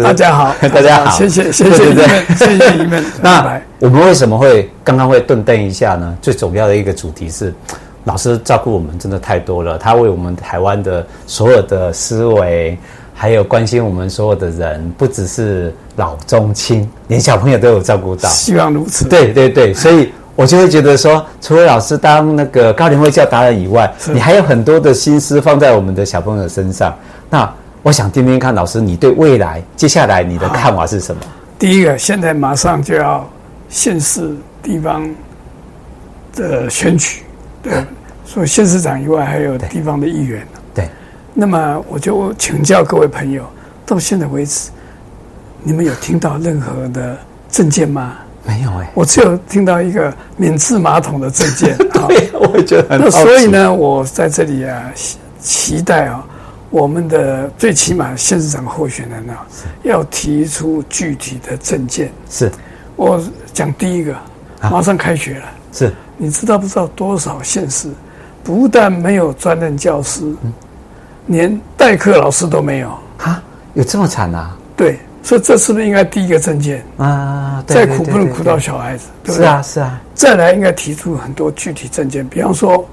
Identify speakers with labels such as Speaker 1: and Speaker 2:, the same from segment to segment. Speaker 1: 大家好，
Speaker 2: 大家好，
Speaker 1: 谢谢谢谢
Speaker 2: 对
Speaker 1: 你
Speaker 2: 对
Speaker 1: 们，
Speaker 2: 对。
Speaker 1: 谢谢你们
Speaker 2: 那
Speaker 1: 拜
Speaker 2: 我们为什么会刚刚会顿顿一下呢？最主要的一个主题是，老师照顾我们真的太多了，他为我们台湾的所有的思维，还有关心我们所有的人，不只是老中青，连小朋友都有照顾到
Speaker 1: 拜，。希望如此。
Speaker 2: 对对
Speaker 1: 嗯
Speaker 2: 对，所以我就会觉得说，除了老师当那个高龄会教达人以外，你还有很多的心思放在我们的小朋友身上。那我想听听看，老师你对未来接下来你的看法是什么？
Speaker 1: 第一个，现在马上就要县市地方的选举，对，所以县市长以外还有地方的议员。
Speaker 2: 对，
Speaker 1: 那么我就请教各位朋友，到现在为止，你们有听到任何的证件吗？
Speaker 2: 没有哎、
Speaker 1: 我只有欸听到一个免治马桶的证件。啊
Speaker 2: 对，我也觉得很
Speaker 1: 那
Speaker 2: 好奇
Speaker 1: 所以，呢，我在这里啊，期期待啊，我们的最起码县市长候选人啊，要提出具体的证件。
Speaker 2: 是
Speaker 1: 我讲第一个，
Speaker 2: 啊
Speaker 1: 马上开学了，
Speaker 2: 是
Speaker 1: 你知道不知道多少县市不但没有专任教师，
Speaker 2: 嗯
Speaker 1: 连代课老师都没有？
Speaker 2: 啊，有这么惨啊
Speaker 1: 对，所以这是不是应该第一个证件？
Speaker 2: 啊！对
Speaker 1: 再
Speaker 2: 对
Speaker 1: 苦
Speaker 2: 对
Speaker 1: 不能
Speaker 2: 对
Speaker 1: 苦到
Speaker 2: 对
Speaker 1: 小孩子，对不
Speaker 2: 是
Speaker 1: 对？
Speaker 2: 啊是啊，
Speaker 1: 再来应该提出很多具体证件，比方说，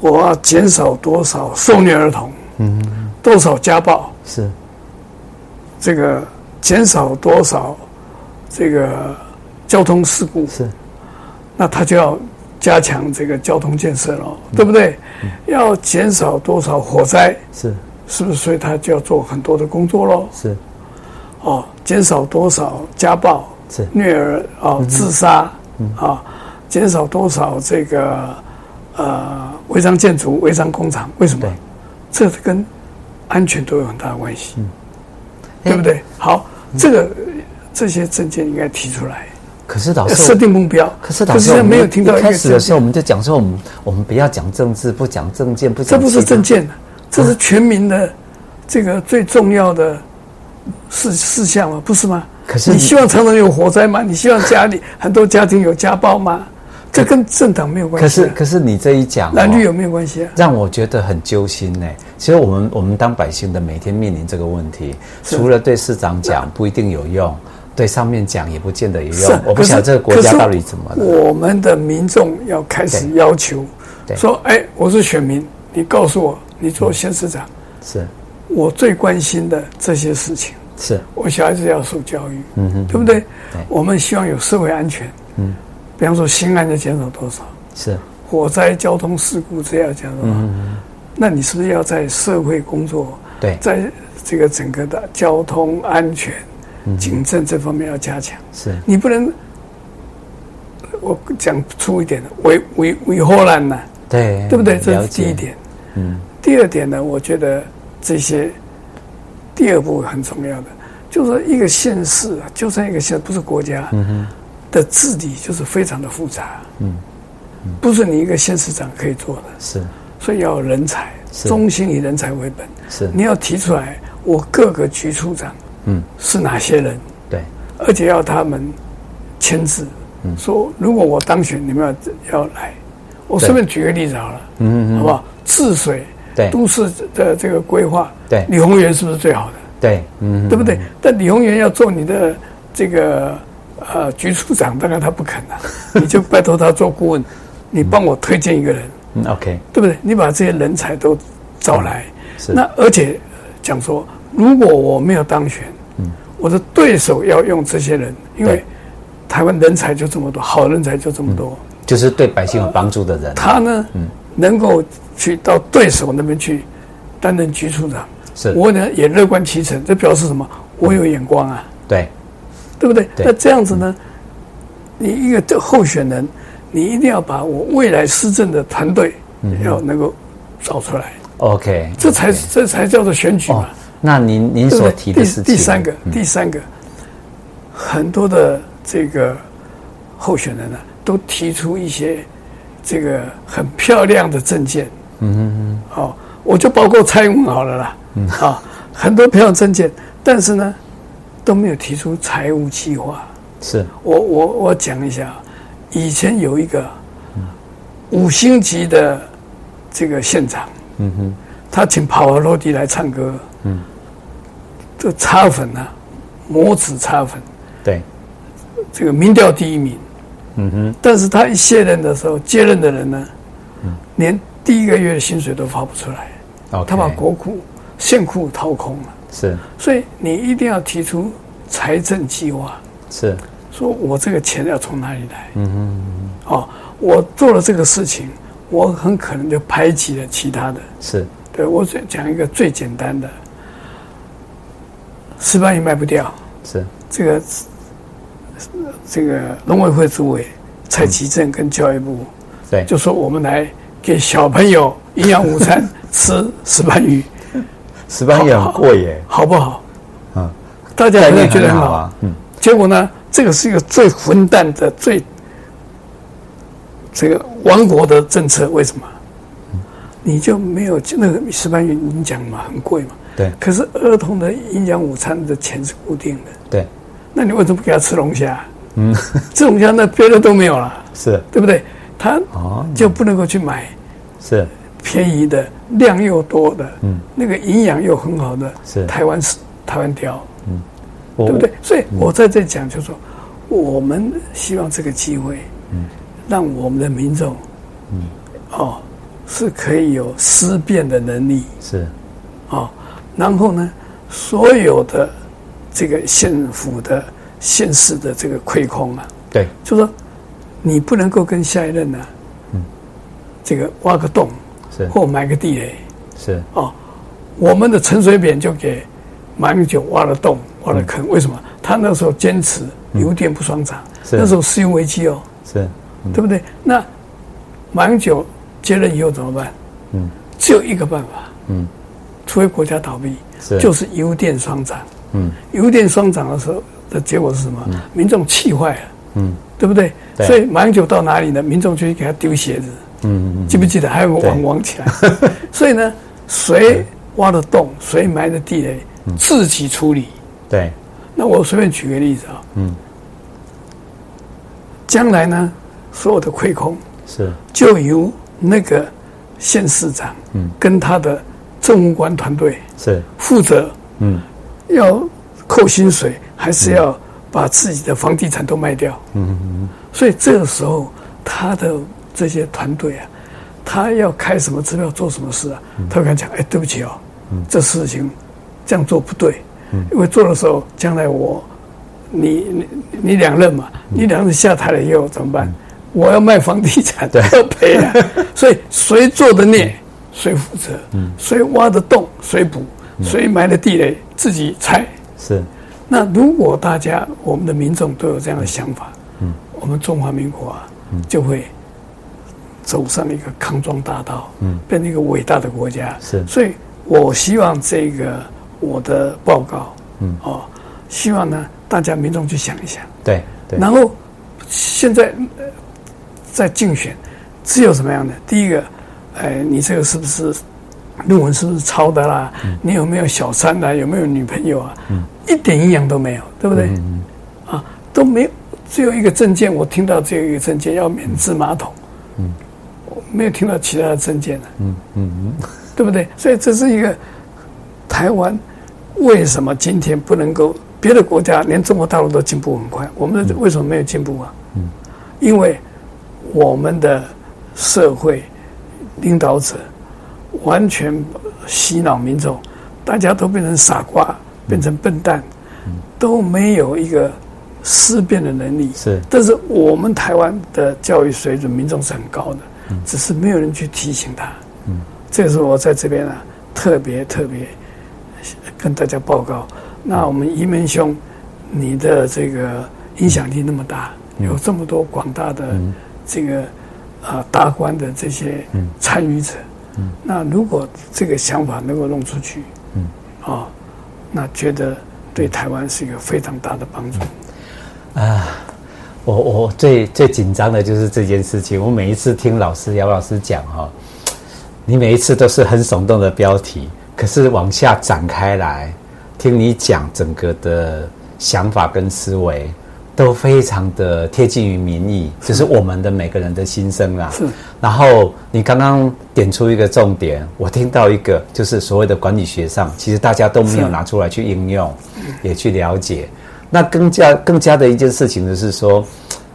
Speaker 1: 我要减少多少受虐儿童，多少家暴，
Speaker 2: 是
Speaker 1: 这个减少多少这个交通事故，
Speaker 2: 是
Speaker 1: 那他就要加强这个交通建设了，对不对？要减少多少火灾，
Speaker 2: 是
Speaker 1: 是不是？所以他就要做很多的工作喽。
Speaker 2: 是
Speaker 1: 哦，减少多少家暴、
Speaker 2: 是
Speaker 1: 虐儿哦、自杀
Speaker 2: 嗯
Speaker 1: 啊，减少多少这个呃违章建筑、违章工厂？为什么
Speaker 2: 对？
Speaker 1: 这跟安全都有很大的关系，
Speaker 2: 嗯
Speaker 1: 对不
Speaker 2: 哎
Speaker 1: 对？好，这个这些证件应该提出来，
Speaker 2: 可是老
Speaker 1: 要
Speaker 2: 师
Speaker 1: 设定目标。
Speaker 2: 可是老师，
Speaker 1: 现在
Speaker 2: 我们
Speaker 1: 没有听到
Speaker 2: 一
Speaker 1: 一个
Speaker 2: 开始的
Speaker 1: 证
Speaker 2: 时候，
Speaker 1: 件，
Speaker 2: 我们就讲说，我们我们不要讲政治，不讲政见，不讲
Speaker 1: 这不是
Speaker 2: 其他
Speaker 1: 证，件，这是全民的这个最重要的事事项嘛，不是吗？
Speaker 2: 可是
Speaker 1: 你
Speaker 2: 你
Speaker 1: 希望常常有火灾吗？你希望家里 很多家庭有家暴吗？这跟政党没有关
Speaker 2: 可
Speaker 1: 系、
Speaker 2: 是
Speaker 1: 啊，
Speaker 2: 可是你这一讲、哦，
Speaker 1: 蓝绿有没有关系啊？
Speaker 2: 让我觉得很揪心呢、其实我们我们当百姓的每天面临这个问题，除了对市长讲不一定有用，对上面讲也不见哦得有
Speaker 1: 是啊
Speaker 2: 用。我不
Speaker 1: 可是
Speaker 2: 晓得这个国
Speaker 1: 可
Speaker 2: 家
Speaker 1: 是
Speaker 2: 到底怎么了。
Speaker 1: 我们的民众要开始
Speaker 2: 对
Speaker 1: 要求
Speaker 2: 对，嗯
Speaker 1: 说：“哎，我是选民，你告诉我，你做县市长，
Speaker 2: 是
Speaker 1: 我最关心的这些事情。”
Speaker 2: 是
Speaker 1: 我小孩子要受教育，对不对？我们希望有社会安全，比方说刑案要减少多少，
Speaker 2: 是
Speaker 1: 火灾、交通事故这要减少多少，那你是不是要在社会工作，
Speaker 2: 对
Speaker 1: 在这个整个的交通安全、警政这方面要加强？
Speaker 2: 是
Speaker 1: 你不能，我讲粗一点的，为为为祸难呐、
Speaker 2: 对
Speaker 1: 对不对？这
Speaker 2: 了
Speaker 1: 是第
Speaker 2: 解
Speaker 1: 一点。第二点呢，我觉得这些第二步很重要的，就是说一个县市啊，就算一个县不是国家，的治理就是非常的复杂，不是你一个县市长可以做的，
Speaker 2: 是
Speaker 1: 所以要有人才，
Speaker 2: 是
Speaker 1: 中心以人才为本，
Speaker 2: 是
Speaker 1: 你要提出来，我各个局处长，
Speaker 2: 嗯
Speaker 1: 是哪些人，
Speaker 2: 对
Speaker 1: 而且要他们签字，
Speaker 2: 嗯
Speaker 1: 说如果我当选，你们要要来。我随便举个例子好了，嗯，好不好？治水，
Speaker 2: 对
Speaker 1: 都市的这个规划，
Speaker 2: 对
Speaker 1: 李鸿源是不是最好的？
Speaker 2: 对嗯
Speaker 1: 对不对？但李鸿源要做你的这个呃局处长，当然他不肯了、你就拜托他做顾问，你帮我推荐一个人，
Speaker 2: 嗯 OK
Speaker 1: 对不对？你把这些人才都找来，
Speaker 2: 嗯是
Speaker 1: 那而且呃讲说，如果我没有当选，我的对手要用这些人，因为
Speaker 2: 嗯对
Speaker 1: 台湾人才就这么多，好人才就这么多，
Speaker 2: 就是对百姓有帮助的人
Speaker 1: 他呢，
Speaker 2: 嗯
Speaker 1: 能够去到对手那边去担任局处长，
Speaker 2: 是
Speaker 1: 我呢也乐观其成，这表示什么？我有眼光啊，
Speaker 2: 对
Speaker 1: 对不对？
Speaker 2: 对嗯
Speaker 1: 那这样子呢，你一个候选人，你一定要把我未来施政的团队
Speaker 2: 嗯
Speaker 1: 要能够找出来。
Speaker 2: OK
Speaker 1: 这才这才叫做选举
Speaker 2: 哦
Speaker 1: 嘛，。
Speaker 2: 那您您
Speaker 1: 对不
Speaker 2: 所
Speaker 1: 对
Speaker 2: 提的
Speaker 1: 第
Speaker 2: 事情嗯
Speaker 1: 第三个，第三个，很多的这个候选人呢、都提出一些这个很漂亮的证件。嗯嗯嗯。哦，我就包括蔡英文好了啦。嗯。啊、很多漂亮证件，但是呢，都没有提出财务计划。
Speaker 2: 是
Speaker 1: 我我我讲一下，以前有一个五星级的这个县长，嗯哼，他请帕瓦罗蒂来唱歌，嗯，这擦粉啊，磨纸擦粉，
Speaker 2: 对，
Speaker 1: 这个民调第一名。嗯哼。嗯但是他一卸任的时候，接任的人呢，连第一个月的薪水都发不出来，
Speaker 2: 哦，
Speaker 1: 他把国库现库掏空了。
Speaker 2: 是
Speaker 1: 所以你一定要提出财政计划，
Speaker 2: 是
Speaker 1: 说我这个钱要从哪里来？嗯哦，我做了这个事情，我很可能就排挤了其他的。
Speaker 2: 是，
Speaker 1: 对我最讲一个最简单的，石斑鱼卖不掉，
Speaker 2: 是
Speaker 1: 这个这个农委会主委蔡其正跟教育部、
Speaker 2: 对，
Speaker 1: 就说我们来给小朋友营养午餐吃石斑 鱼，
Speaker 2: 石斑鱼很贵耶，
Speaker 1: 好不好？
Speaker 2: 嗯，
Speaker 1: 大家
Speaker 2: 概
Speaker 1: 也
Speaker 2: 念
Speaker 1: 觉得
Speaker 2: 很
Speaker 1: 很
Speaker 2: 好
Speaker 1: 好。
Speaker 2: 啊，嗯，
Speaker 1: 结果呢，这个是一个最混蛋的、最这个亡国的政策。为什么？你就没有那个石斑鱼，你讲嘛，很贵嘛。
Speaker 2: 对
Speaker 1: 可是儿童的营养午餐的钱是固定的，
Speaker 2: 对，
Speaker 1: 那你为什么不给他吃龙虾？嗯，吃龙虾那别的都没有了，
Speaker 2: 是
Speaker 1: 对不对？他
Speaker 2: 哦，
Speaker 1: 就不能够去买
Speaker 2: 是
Speaker 1: 便宜的、量又多的，嗯，那个营养又很好的，
Speaker 2: 是
Speaker 1: 台湾是台湾雕，
Speaker 2: 我
Speaker 1: 对不对？所以我在这讲，就是说，我们希望这个机会，让我们的民众，哦，是可以有思辨的能力
Speaker 2: 是
Speaker 1: 哦，然后呢，所有的这个县府的、县市的这个亏空啊，
Speaker 2: 对
Speaker 1: 就说你不能够跟下一任呢、啊，这个挖个洞
Speaker 2: 是
Speaker 1: 或埋个地雷，
Speaker 2: 是
Speaker 1: 我们的陈水扁就给马英九挖了洞，挖了坑。为什么？他那时候坚持油电不双涨，
Speaker 2: 是
Speaker 1: 那时候石油危机哦，
Speaker 2: 是
Speaker 1: 对不对？那马英九接任以后怎么办？
Speaker 2: 嗯，
Speaker 1: 只有一个办法，
Speaker 2: 嗯，
Speaker 1: 除非国家倒闭，
Speaker 2: 是
Speaker 1: 就是油电双涨。
Speaker 2: 嗯
Speaker 1: 油电双涨的时候的结果是什么？民众气坏了，
Speaker 2: 嗯
Speaker 1: 对不对？
Speaker 2: 对
Speaker 1: 所以马英九到哪里呢？民众就去给他丢鞋子，
Speaker 2: 嗯嗯
Speaker 1: 记不记得？还有个
Speaker 2: 对
Speaker 1: 网网起来。 所以呢，谁挖的洞，谁埋的地雷，
Speaker 2: 嗯
Speaker 1: 自己处理。
Speaker 2: 对
Speaker 1: 那我随便举个例子啊，
Speaker 2: 嗯
Speaker 1: 将来呢，所有的亏空
Speaker 2: 是
Speaker 1: 就由那个县市长，
Speaker 2: 嗯
Speaker 1: 跟他的政务官团队
Speaker 2: 是
Speaker 1: 负责，
Speaker 2: 嗯
Speaker 1: 要扣薪水，还是要把自己的房地产都卖掉？嗯所以这个时候，他的这些团队啊，他要开什么支票做什么事啊，他会跟他讲：“哎，对不起哦，这事情这样做不对，因为做的时候，将来我你你你两任嘛，你两任下台了以后怎么办？我要卖房地产，要赔啊！所以谁做的孽，谁负责？谁挖的洞，谁补？谁埋的地雷，自己拆。
Speaker 2: 是
Speaker 1: 那如果大家我们的民众都有这样的想法，我们中华民国啊，就会走上一个康庄大道，变成一个伟大的国家。
Speaker 2: 是
Speaker 1: 所以我希望这个我的报告，哦，希望呢大家民众去想一想。
Speaker 2: 对对
Speaker 1: 然后现在呃在竞选，只有什么样的？第一个，哎，你这个是不是论文是不是抄的啦？
Speaker 2: 嗯
Speaker 1: 你有没有小三啊？有没有女朋友啊？一点营养都没有，对不对？
Speaker 2: 嗯
Speaker 1: 啊，都没有，只有一个证件，我听到只有一个证件要免治马桶，我没有听到其他的证件了、啊
Speaker 2: 嗯嗯嗯
Speaker 1: 对不对？所以这是一个台湾为什么今天不能够别的国家连中国大陆都进步很快，我们的为什么没有进步啊？嗯，因为我们的社会领导者完全洗脑民众，大家都变成傻瓜，变成笨蛋，都没有一个思辨的能力。
Speaker 2: 是
Speaker 1: 但是我们台湾的教育水准，民众是很高的，只是没有人去提醒他。这是我在这边啊，特别特别呃跟大家报告。那我们移民兄，你的这个影响力那么大，有这么多广大的这个啊、达官的这些
Speaker 2: 嗯
Speaker 1: 参与者，那如果这个想法能够弄出去，
Speaker 2: 嗯
Speaker 1: 啊、那觉得对台湾是一个非常大的帮助。
Speaker 2: 我我最最紧张的就是这件事情。我每一次听老师姚老师讲哈、哦，你每一次都是很耸动的标题，可是往下展开来，听你讲整个的想法跟思维，都非常的贴近于民意，就是我们的每个人的心声啦。
Speaker 1: 是。
Speaker 2: 然后你刚刚点出一个重点，我听到一个就是所谓的管理学上，其实大家都没有
Speaker 1: 是
Speaker 2: 拿出来去应用，也去了解。那更加更加的一件事情就是说，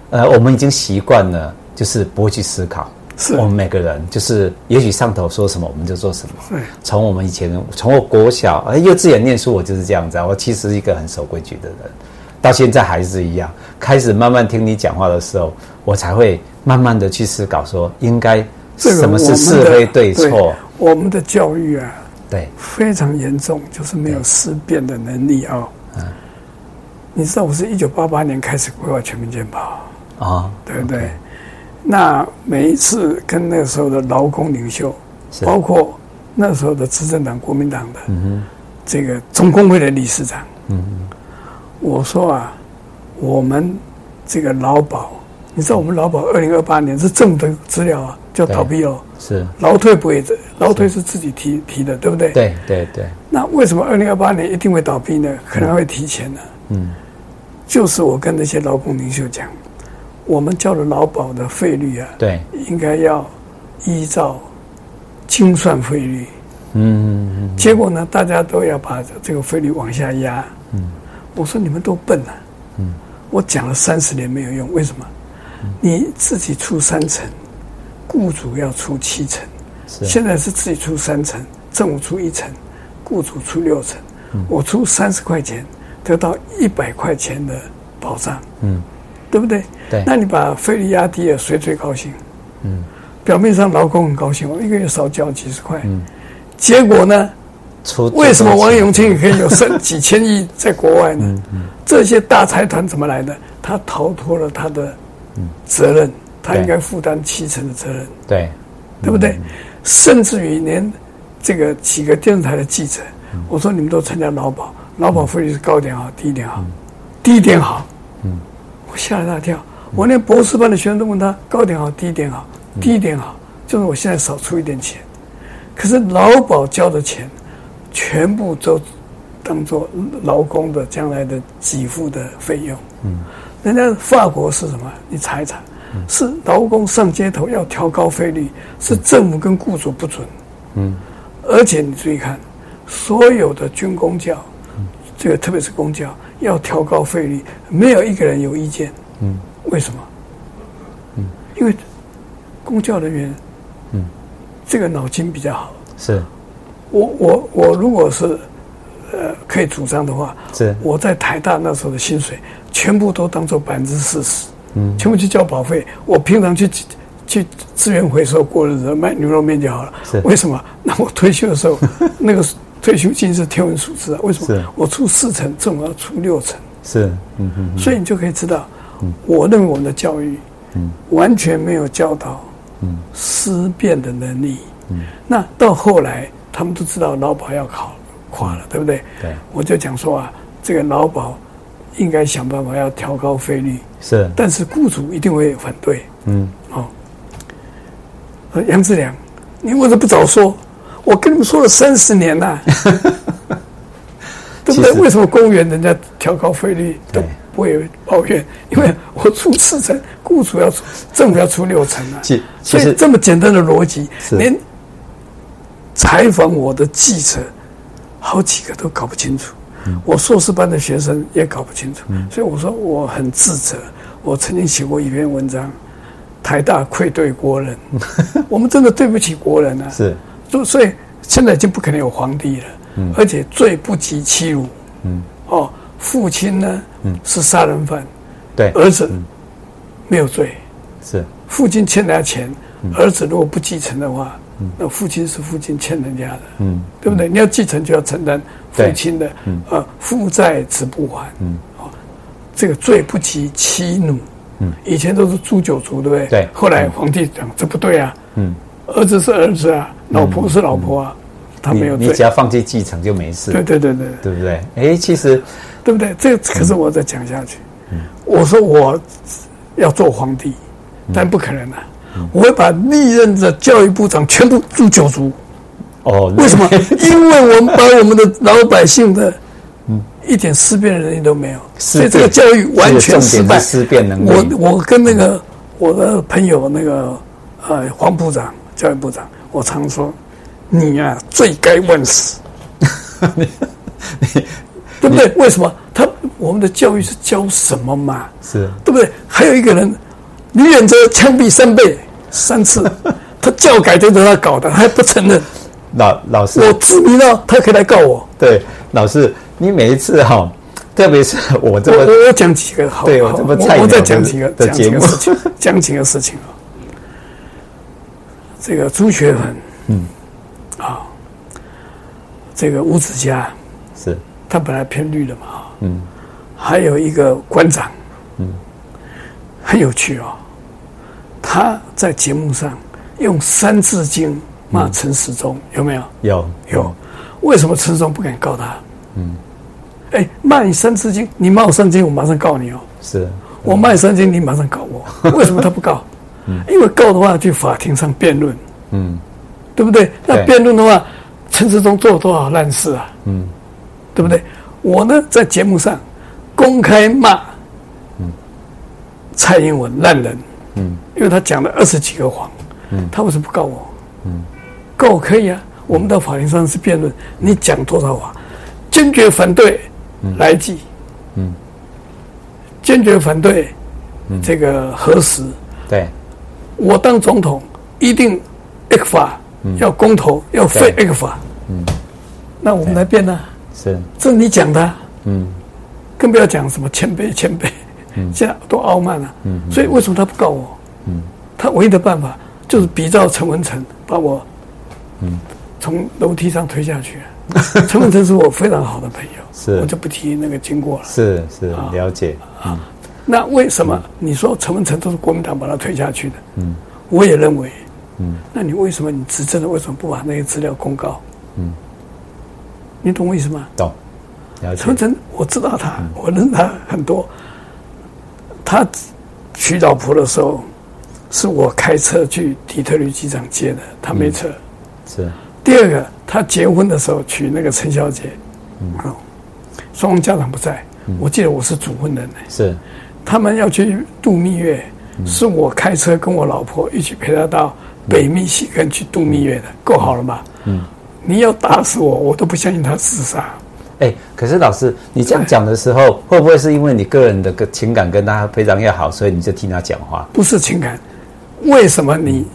Speaker 2: 呃，我们已经习惯了，就是不会去思考。
Speaker 1: 是
Speaker 2: 我们每个人就是，也许上头说什么我们就做什么。
Speaker 1: 对，
Speaker 2: 从我们以前，从我国小、哎幼稚园念书，我就是这样子啊。我其实是一个很守规矩的人，到现在还是一样。开始慢慢听你讲话的时候，我才会慢慢的去思考说，应该
Speaker 1: 这个
Speaker 2: 什么
Speaker 1: 我
Speaker 2: 是
Speaker 1: 们
Speaker 2: 是
Speaker 1: 的
Speaker 2: 非对错。
Speaker 1: 我们的教育啊，
Speaker 2: 对，
Speaker 1: 非常严重，就是没有思辨的能力啊、
Speaker 2: 嗯
Speaker 1: 你知道我是一九八八年开始规划全民健保，
Speaker 2: 啊、
Speaker 1: 对不对那每一次跟那个时候的劳工领袖，
Speaker 2: 是
Speaker 1: 包括那时候的执政党国民党的，这个总工会的理事长，我说啊，我们这个劳保，你知道我们劳保二零二八年是政府的资料啊，就
Speaker 2: 对
Speaker 1: 倒闭哦，
Speaker 2: 是，
Speaker 1: 劳退不会的，劳退是自己提提的，对不对？
Speaker 2: 对对对，
Speaker 1: 那为什么二零二八年一定会倒闭呢？可能还会提前呢、
Speaker 2: 嗯，
Speaker 1: 就是我跟那些劳工领袖讲，我们交的劳保的费率啊，
Speaker 2: 对，
Speaker 1: 应该要依照精算费率。
Speaker 2: 嗯，
Speaker 1: 结果呢，大家都要把这个费率往下压。嗯，我说你们都笨啊。嗯，我讲了三十年没有用，为什么？你自己出三成，雇主要出七成。
Speaker 2: 嗯是
Speaker 1: 现在是自己出三成，政府出一成，雇主出六成，
Speaker 2: 嗯
Speaker 1: 我出三十块钱，得到一百块钱的保障，
Speaker 2: 嗯，
Speaker 1: 对不对？
Speaker 2: 对
Speaker 1: 那你把费率压低了，谁最高兴？嗯，表面上劳工很高兴，我一个月少交几十块，
Speaker 2: 嗯
Speaker 1: 结果呢？
Speaker 2: 出
Speaker 1: 为什么
Speaker 2: 出
Speaker 1: 王永庆也可以有剩几千亿在国外呢？这些大财团怎么来的？他逃脱了他的责任，他
Speaker 2: 对
Speaker 1: 应该负担七成的责任。
Speaker 2: 对
Speaker 1: 对不对？甚至于连这个几个电视台的记者，我说你们都参加劳保，劳保费率是高一点好，啊低一点好，低一点好，我吓了大跳。我连博士班的学生都问他高一点好，低一点好，低一点好，就是我现在少出一点钱，可是劳保交的钱全部都当做劳工的将来的给付的费用。嗯，人家法国是什么？你查一查，是劳工上街头要调高费率，是政府跟雇主不准。嗯，而且你注意看，所有的军工教，这个特别是工教要调高费率，没有一个人有意见。嗯，为什么？嗯，因为公教人员，嗯，这个脑筋比较好。
Speaker 2: 是
Speaker 1: 我我我如果是呃可以主张的话，
Speaker 2: 是
Speaker 1: 我在台大那时候的薪水全部都当做百分之四十，嗯，全部去交保费。我平常去去资源回收过日子，卖牛肉面就好了
Speaker 2: 是。
Speaker 1: 为什么？那我退休 的时候，那个退休金是天文数字啊。为什
Speaker 2: 是
Speaker 1: 么？我出四成，政府要出六成，
Speaker 2: 是，嗯嗯，
Speaker 1: 所以你就可以知道，我认为我们的教育，
Speaker 2: 嗯
Speaker 1: 完全没有教导，思辨的能力。
Speaker 2: 嗯
Speaker 1: 那到后来，他们都知道劳保要考垮了，对不对？
Speaker 2: 对，
Speaker 1: 我就讲说啊，这个劳保应该想办法要调高费率，
Speaker 2: 是
Speaker 1: 但是雇主一定会反对。
Speaker 2: 嗯，
Speaker 1: 哦，呃杨志良，你为什么不早说？我跟你们说了三十 年呐、对不
Speaker 2: 其？
Speaker 1: 对
Speaker 2: 实
Speaker 1: 为什么公务员人家调高费率都
Speaker 2: 对
Speaker 1: 不会抱怨？因为我出四成，雇主要出，政府要出六成啊。
Speaker 2: 其其
Speaker 1: 所以
Speaker 2: 实
Speaker 1: 这么简单的逻辑，
Speaker 2: 是
Speaker 1: 连采访我的记者好几个都搞不清楚，我硕士班的学生也搞不清楚，所以我说我很自责。我曾经写过一篇文章，台大愧对国人， 我们真的对不起国人啊！
Speaker 2: 是
Speaker 1: 就所以现在已经不可能有皇帝了，而且罪不及欺辱，哦，父亲呢、是杀人犯，
Speaker 2: 对
Speaker 1: 儿子、没有罪，
Speaker 2: 是
Speaker 1: 父亲欠他钱，儿子如果不继承的话，那父亲是父亲欠人家的，对不对？你要继承就要承担父
Speaker 2: 嗯对嗯
Speaker 1: 亲的呃父债子不还，哦，这个罪不及妻奴。以前都是诛九族，对不对？
Speaker 2: 嗯对嗯
Speaker 1: 后来皇帝讲这不对啊，儿子是儿子啊，老婆是老婆啊，他
Speaker 2: 你
Speaker 1: 没有
Speaker 2: 嗯你
Speaker 1: 罪
Speaker 2: 只。要放弃继承就没事，
Speaker 1: 对对对对，
Speaker 2: 对不对？哎，其实
Speaker 1: 对不对？这个可是我再讲下去，我说我要做皇帝，但不可能啊！我会把历任的教育部长全部诛九族。
Speaker 2: 哦，
Speaker 1: 为什么？因为我们把我们的老百姓的嗯，一点思辨的能力都没有，
Speaker 2: 思
Speaker 1: 所以
Speaker 2: 辨
Speaker 1: 这个教育完全
Speaker 2: 这个
Speaker 1: 失
Speaker 2: 重点
Speaker 1: 败。
Speaker 2: 是思辨能力
Speaker 1: 我我跟那个我的朋友那个呃黄部长、教育部长，我常说，你呀、罪该万 死，对不对？为什么？他我们的教育是教什么嘛？
Speaker 2: 是
Speaker 1: 对不对？还有一个人，李远哲枪毙三倍 三次，他教改都是他搞的，他还不承认。
Speaker 2: 老老师
Speaker 1: 我知名了，他可以来告我。
Speaker 2: 对老师，你每一次哈、特别是我这
Speaker 1: 我
Speaker 2: 么
Speaker 1: 我我讲几个好，
Speaker 2: 对
Speaker 1: 好
Speaker 2: 我这么
Speaker 1: 我
Speaker 2: 菜鸟
Speaker 1: 我再
Speaker 2: 的
Speaker 1: 讲几个
Speaker 2: 的
Speaker 1: 讲几
Speaker 2: 节
Speaker 1: 个
Speaker 2: 目
Speaker 1: 事情，讲几个事情啊。这个朱学恒，嗯，啊，这个吴子嘉，
Speaker 2: 是
Speaker 1: 他本来偏绿的嘛，嗯，还有一个馆长，嗯，很有趣哦，他在节目上用《三字经》
Speaker 2: 嗯
Speaker 1: 骂陈时中，有没有？
Speaker 2: 有
Speaker 1: 有，为什么陈时中不敢告他？嗯，哎，骂你《三字经》，你骂我《三字经》，我马上告你哦。
Speaker 2: 是
Speaker 1: 我卖三斤，你马上告 我，为什么他不告？ 因为告的话去法庭上辩论，
Speaker 2: 嗯
Speaker 1: 对不对？那
Speaker 2: 对
Speaker 1: 辩论的话，陈志忠做了多少烂事啊？
Speaker 2: 嗯
Speaker 1: 对不对？我呢在节目上公开骂，蔡英文烂人，
Speaker 2: 嗯
Speaker 1: 因为他讲了二十几个谎，他为什么不告我？
Speaker 2: 嗯
Speaker 1: 告我可以啊，我们到法庭上是辩论，你讲多少谎，坚决反对来记，
Speaker 2: 嗯
Speaker 1: 坚决反对这个核实。
Speaker 2: 对
Speaker 1: 我当总统一定 A 法
Speaker 2: 嗯
Speaker 1: 要公投，要废 A 法。那我们来变呢？
Speaker 2: 是
Speaker 1: 这你讲的啊，
Speaker 2: 嗯
Speaker 1: 更不要讲什么谦卑谦卑，现在多傲慢啊。
Speaker 2: 嗯
Speaker 1: 所以为什么他不告我？他唯一的办法
Speaker 2: 嗯
Speaker 1: 就是比照陈文成把我从楼梯上推下去。陈文成是我非常好的朋友，
Speaker 2: 是
Speaker 1: 我就不提那个经过了。
Speaker 2: 是是
Speaker 1: 啊
Speaker 2: 了解
Speaker 1: 那为什么你说陈文成都是国民党把他推下去的？嗯，我也认为。嗯，那你为什么你执政了，为什么不把那些资料公告？嗯，你懂我意思吗？
Speaker 2: 懂了
Speaker 1: 陈文
Speaker 2: 解
Speaker 1: 成，我知道他，我认识他很多。他娶老婆的时候，是我开车去底特律机场接的，他没车。
Speaker 2: 是
Speaker 1: 第二个，他结婚的时候娶那个陈小姐，嗯，双方家长不在，我记得我是主婚人呢、
Speaker 2: 是
Speaker 1: 他们要去度蜜月，
Speaker 2: 嗯
Speaker 1: 是我开车跟我老婆一起陪她到北密西根去度蜜月的，够好了吧？嗯，你要打死我，我都不相信他自杀。
Speaker 2: 哎、可是老师，你这样讲的时候，会不会是因为你个人的个情感跟他非常要好，所以你就听他讲话？
Speaker 1: 不是情感，为什么
Speaker 2: 嗯
Speaker 1: 你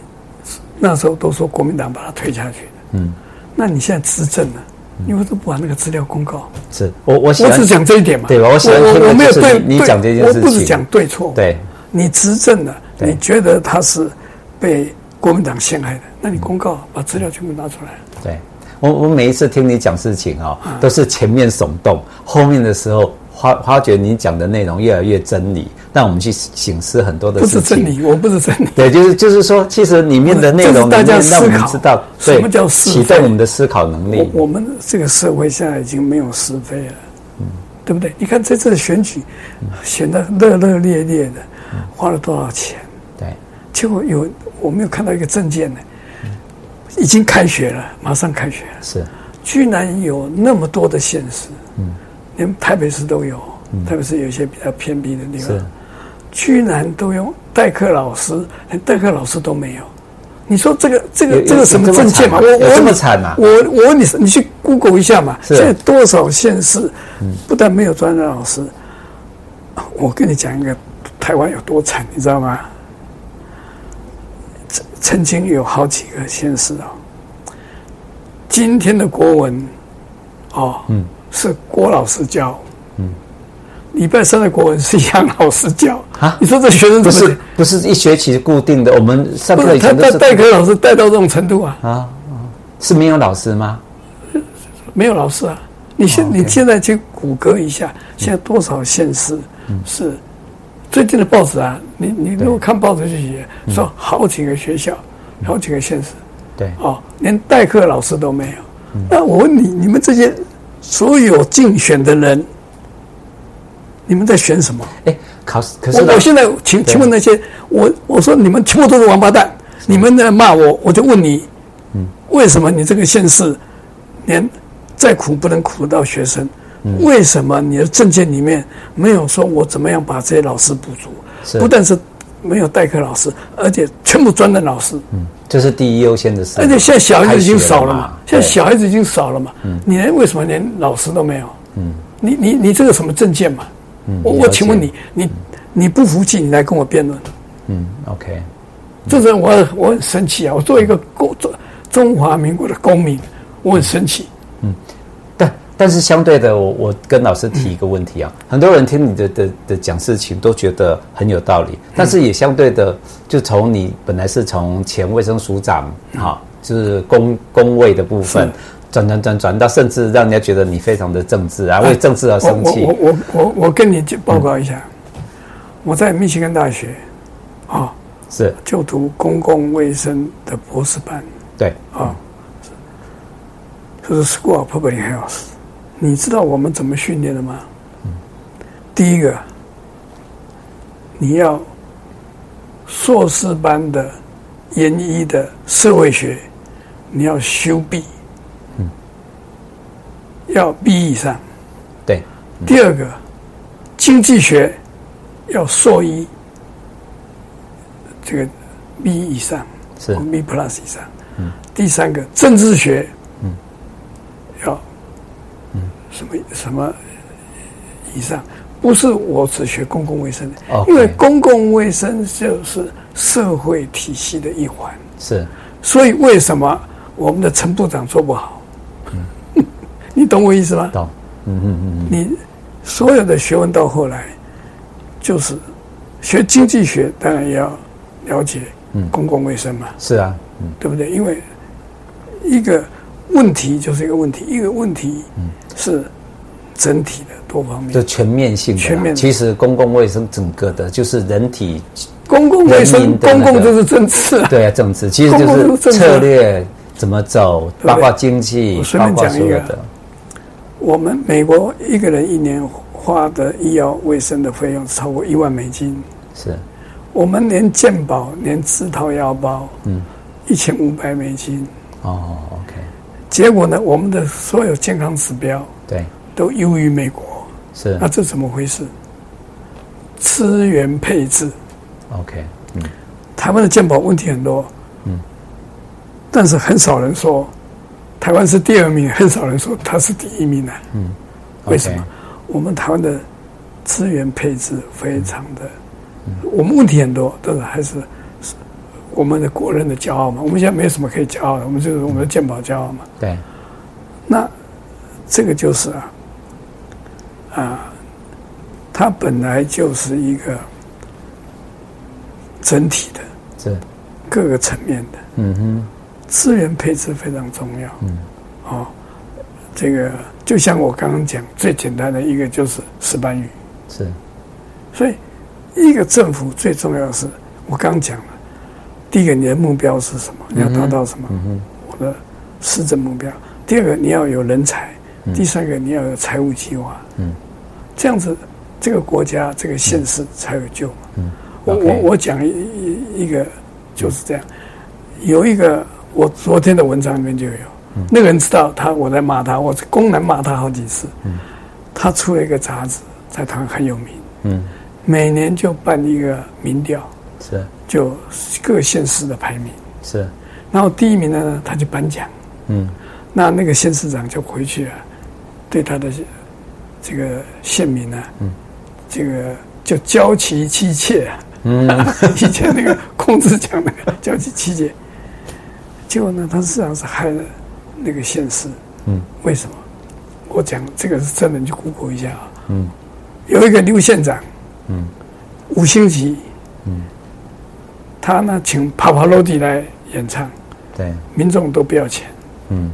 Speaker 1: 那时候都说国民党把他推下去的？嗯，那你现在执政了，
Speaker 2: 嗯
Speaker 1: 你为什么不把那个资料公告？
Speaker 2: 是我我喜
Speaker 1: 我
Speaker 2: 欢
Speaker 1: 只讲这一点嘛，
Speaker 2: 对吧？我喜欢
Speaker 1: 我
Speaker 2: 听
Speaker 1: 我
Speaker 2: 的
Speaker 1: 我没有
Speaker 2: 就是
Speaker 1: 对
Speaker 2: 你你
Speaker 1: 对
Speaker 2: 讲这件事情，
Speaker 1: 我不是讲对错，
Speaker 2: 对
Speaker 1: 你执政了，
Speaker 2: 对
Speaker 1: 你觉得他是被国民党陷害的，那你公告把资料全部拿出来。
Speaker 2: 对。我我每一次听你讲事情哦，
Speaker 1: 嗯
Speaker 2: 都是前面耸动，后面的时候发发觉你讲的内容越来越真理，让我们去醒思很多的
Speaker 1: 不
Speaker 2: 事
Speaker 1: 是真
Speaker 2: 情。
Speaker 1: 理，我不是真理。
Speaker 2: 对，就是就是说，其实里面的内容，
Speaker 1: 这是大家
Speaker 2: 里面让我们
Speaker 1: 思考
Speaker 2: 知道，
Speaker 1: 什
Speaker 2: 对，
Speaker 1: 么叫是
Speaker 2: 启
Speaker 1: 非
Speaker 2: 动我们的思考能力。
Speaker 1: 我我们这个社会现在已经没有是非了，
Speaker 2: 嗯
Speaker 1: 对不对？你看这次的选举，选的热热烈烈的，花了多少钱？
Speaker 2: 对，
Speaker 1: 结果有我没有看到一个证件呢，
Speaker 2: 嗯
Speaker 1: 已经开学了，马上开学了，
Speaker 2: 是
Speaker 1: 居然有那么多的县市，
Speaker 2: 嗯
Speaker 1: 连台北市都有，台北市有一些比较偏僻的地方
Speaker 2: 是，
Speaker 1: 居然都用代课老师，连代课老师都没有。你说这个这
Speaker 2: 有
Speaker 1: 个
Speaker 2: 有
Speaker 1: 这个什么证件嘛？
Speaker 2: 有
Speaker 1: 我
Speaker 2: 有
Speaker 1: 我
Speaker 2: 这么
Speaker 1: 问你
Speaker 2: 惨啊
Speaker 1: 我我问你，你去 Google 一下嘛？
Speaker 2: 是嗯
Speaker 1: 现在多少县市不但没有专任老师？我跟你讲一个台湾有多惨，你知道吗？曾曾经有好几个县市哦，今天的国文哦，
Speaker 2: 嗯
Speaker 1: 是郭老师教，礼拜三的国文是杨老师教
Speaker 2: 啊
Speaker 1: 你说这学生
Speaker 2: 不
Speaker 1: 怎么
Speaker 2: 是不是一学期固定的？我们上
Speaker 1: 不
Speaker 2: 课
Speaker 1: 是
Speaker 2: 以
Speaker 1: 他
Speaker 2: 前都
Speaker 1: 带
Speaker 2: 是
Speaker 1: 代课老师带到这种程度啊？
Speaker 2: 啊，是没有老师吗？
Speaker 1: 没有老师啊。你
Speaker 2: 哦
Speaker 1: 现、你现在去谷歌一下，
Speaker 2: 嗯
Speaker 1: 现在多少县市是最近的报纸啊？你你如果看报纸就写
Speaker 2: 嗯
Speaker 1: 说好几个学校，好几个县市
Speaker 2: 对，
Speaker 1: 哦，连代课老师都没有。那我问你，你们这些所有竞选的人，你们在选什么？
Speaker 2: 哎，考试可是
Speaker 1: 我
Speaker 2: 老
Speaker 1: 我
Speaker 2: 师
Speaker 1: 现在请请问那些我我说你们全部都是王八蛋，你们在骂我，我就问你，
Speaker 2: 嗯
Speaker 1: 为什么你这个县市连再苦不能苦到学生？
Speaker 2: 嗯
Speaker 1: 为什么你的证件里面没有说我怎么样把这些老师补
Speaker 2: 是
Speaker 1: 足？不但是没有代课老师，而且全部专任老师。
Speaker 2: 这是第一优先的事。
Speaker 1: 而且现在小孩子已经少了
Speaker 2: 开学
Speaker 1: 嘛
Speaker 2: 嘛，对
Speaker 1: 现在
Speaker 2: 嗯
Speaker 1: 小孩子已经少了嘛，你连为什么连老师都没有？你你你这个什么证件嘛？我我
Speaker 2: 嗯了解
Speaker 1: 请问你，你你不服气，你来跟我辩论，
Speaker 2: 嗯，OK，
Speaker 1: 这人我我很生气啊！我作为一个公中中华民国的公民，我很生气。
Speaker 2: 但但是相对的，我我跟老师提一个问题啊，
Speaker 1: 嗯
Speaker 2: 很多人听你的的的讲事情都觉得很有道理，
Speaker 1: 嗯
Speaker 2: 但是也相对的，就从你本来是从前卫生署长哈，就是公公卫的部分
Speaker 1: 嗯是。
Speaker 2: 转转转转到，甚至让人家觉得你非常的政治啊，为政治而
Speaker 1: 我
Speaker 2: 生气嗯
Speaker 1: 哎我。我我我我跟你就报告一下，我在密歇根大学啊
Speaker 2: 是，
Speaker 1: 就读公共卫生的博士班，
Speaker 2: 对，
Speaker 1: 就是 School of Public Health。你知道我们怎么训练的吗？第一个，你要硕士班的研一的社会学，你要修毕，要 B 以上。
Speaker 2: 对，
Speaker 1: 第二个，经济学要硕一，这个 B 以上。
Speaker 2: 是
Speaker 1: B plus 以上。第三个，政治学，
Speaker 2: 嗯
Speaker 1: 要，什么什么以上，不是我只学公共卫生的
Speaker 2: 哦 OK
Speaker 1: 因为公共卫生就是社会体系的一环，
Speaker 2: 是，
Speaker 1: 所以为什么我们的陈部长做不好？ 你懂我意思吗？
Speaker 2: 嗯懂，
Speaker 1: 你所有的学问到后来，就是学经济学，当然也要了解
Speaker 2: 嗯
Speaker 1: 公共卫生嘛。
Speaker 2: 是啊，
Speaker 1: 对不对？因为一个问题就是一个问题，一个问题是整体的多方面。
Speaker 2: 就全面性的啦。
Speaker 1: 全面的
Speaker 2: 其实公共卫生整个的，就是人体
Speaker 1: 公共卫
Speaker 2: 人
Speaker 1: 生，
Speaker 2: 民的那
Speaker 1: 公
Speaker 2: 个
Speaker 1: 共就是政治啊。
Speaker 2: 对啊政治，其实
Speaker 1: 公共
Speaker 2: 就
Speaker 1: 政
Speaker 2: 是
Speaker 1: 策
Speaker 2: 策略怎么走，
Speaker 1: 对
Speaker 2: 包括经济
Speaker 1: 我，随
Speaker 2: 包
Speaker 1: 便
Speaker 2: 括
Speaker 1: 讲一
Speaker 2: 所有
Speaker 1: 个
Speaker 2: 的。
Speaker 1: 我们美国一个人一年花的医药卫生的费用超过一万美金，
Speaker 2: 是
Speaker 1: 我们连健保、连自掏腰包，嗯，一千五百美金。
Speaker 2: 哦，OK，
Speaker 1: 结果呢，我们的所有健康指标
Speaker 2: 对，
Speaker 1: 都优于美国，
Speaker 2: 是
Speaker 1: 那这怎么回事？资源配置，
Speaker 2: OK，
Speaker 1: 台湾的健保问题很多，但是很少人说台湾是第二名，很少人说它是第一名呢、为什么？我们台湾的资源配置非常的，我们问题很多，但是还是是我们的国人的骄傲嘛。我们现在没有什么可以骄傲的，我们就是我们的健保骄傲嘛。
Speaker 2: 对，
Speaker 1: 那这个就是啊，啊，它本来就是一个整体的。
Speaker 2: 是
Speaker 1: 各个层面的。嗯哼，资源配置非常重要。嗯，哦，这个就像我刚刚讲，最简单的一个就是石斑鱼。
Speaker 2: 是
Speaker 1: 所以，一个政府最重要的是，我刚讲了，第一个你的目标是什么？你要达到什么？我的施政目标。第二个你要有人才，第三个你要有财务计划。嗯，这样子，这个国家这个县市才有救嘛。嗯，我
Speaker 2: OK
Speaker 1: 我我讲一一一个就是这样，有一个我昨天的文章里面就有。那个人知道他，我在骂他，我公然骂他好几次。他出了一个杂志，在台湾很有名。嗯每年就办一个民调，
Speaker 2: 是
Speaker 1: 就各县市的排名，
Speaker 2: 是
Speaker 1: 然后第一名的呢，他就颁奖，
Speaker 2: 嗯，
Speaker 1: 那那个县市长就回去啊，对他的这个县民呢、啊，嗯，这个就教其妻妾、啊，嗯，以前那个 孔子讲的教其妻妾，结果呢，他实际上是害了那个县市，嗯，为什么？我讲这个是真的，你去 Google 一下啊，嗯，有一个刘县长，嗯，五星级，嗯，他呢请帕帕罗蒂来演唱。
Speaker 2: 对，
Speaker 1: 民众都不要钱，
Speaker 2: 嗯，